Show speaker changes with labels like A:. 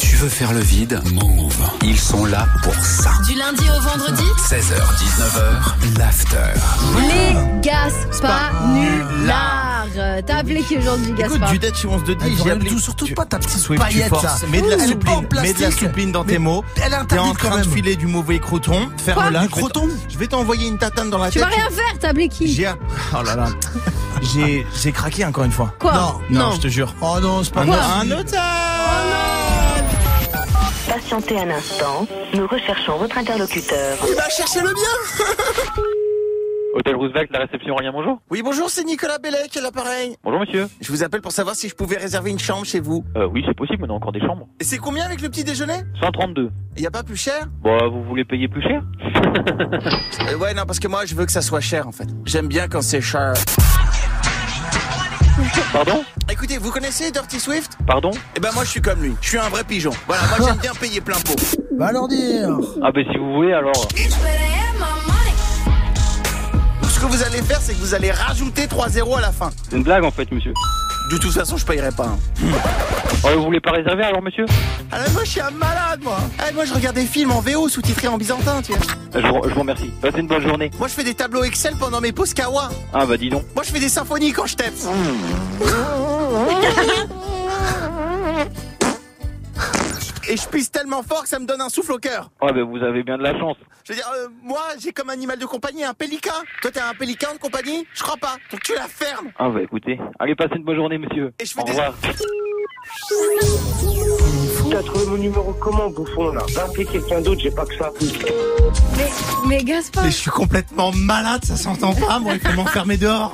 A: tu veux faire le vide, move. Ils sont là pour ça.
B: Du lundi au vendredi
A: 16h, 19h, l'after.
C: Ah.
D: Les Gaspanulars T'as appelé qui aujourd'hui,
C: Écoute,
D: Gaspard
C: du date, she wants de
E: Elle
C: dire.
E: dit
C: j'ai
E: rien du
C: appelé-
E: tout, surtout
C: tu-
E: pas ta petite
C: Swift, tu
E: paillette
C: forces.
E: là.
C: Mets de la
E: Ouh, en
C: soupline, mets de la
E: plastique.
C: soupline dans
E: Mais
C: tes mots.
E: Elle est
C: T'es en
E: interdite quand
C: train de
E: même.
C: filer du mauvais croton. Ferme-la.
E: Du
C: Je vais t'en-
E: croton
C: Je vais t'envoyer une tatane dans la
D: Tu
C: tête.
D: vas rien faire, t'as appelé qui
C: J'ai, oh là là. j'ai, j'ai craqué encore une fois.
D: Quoi
E: Non.
C: Non, je te jure.
E: Oh non, c'est pas
C: Un,
E: possible.
C: un otage
F: Patientez un instant, nous recherchons votre interlocuteur.
E: Il va chercher le bien
G: Hôtel Roosevelt, la réception, rien, bonjour.
C: Oui, bonjour, c'est Nicolas Bellec à l'appareil.
G: Bonjour, monsieur.
C: Je vous appelle pour savoir si je pouvais réserver une chambre chez vous.
G: Euh, oui, c'est possible, mais on a encore des chambres.
C: Et c'est combien avec le petit déjeuner
G: 132.
C: Il a pas plus cher
G: Bah, vous voulez payer plus cher
C: Euh, Ouais, non, parce que moi, je veux que ça soit cher, en fait. J'aime bien quand c'est cher.
G: Pardon
C: Écoutez, vous connaissez Dirty Swift
G: Pardon
C: Eh ben, moi, je suis comme lui. Je suis un vrai pigeon. Voilà, moi, j'aime bien payer plein pot.
E: Va leur dire
G: Ah, bah, si vous voulez, alors.
C: Ce que vous allez faire, c'est que vous allez rajouter 3-0 à la fin.
G: C'est une blague, en fait, monsieur.
C: De toute façon, je payerai pas. hein.
G: Oh, vous voulez pas réserver, alors, monsieur
C: Ah, mais moi, je suis un malade, moi. Ah, moi, je regarde des films en VO sous-titrés en byzantin, tu vois.
G: Euh, je, vous- je vous remercie. Passez une bonne journée.
C: Moi, je fais des tableaux Excel pendant mes pauses kawa.
G: Ah, bah, dis donc.
C: Moi, je fais des symphonies quand je tape. Et je pisse tellement fort que ça me donne un souffle au cœur.
G: Ah, bah, vous avez bien de la chance.
C: Je veux dire, euh, moi, j'ai comme animal de compagnie un pélican. Toi, t'as un pélican de compagnie Je crois pas. Donc, tu la fermes.
G: Ah, bah, écoutez. Allez, passez une bonne journée, monsieur.
C: Et je fais
G: Au
C: des-
G: revoir.
H: T'as trouvé mon numéro comment, bouffon, là Va appeler quelqu'un d'autre, j'ai pas que ça.
D: Mais, mais Gaspard
E: Mais je suis complètement malade, ça s'entend pas, moi, il faut m'enfermer dehors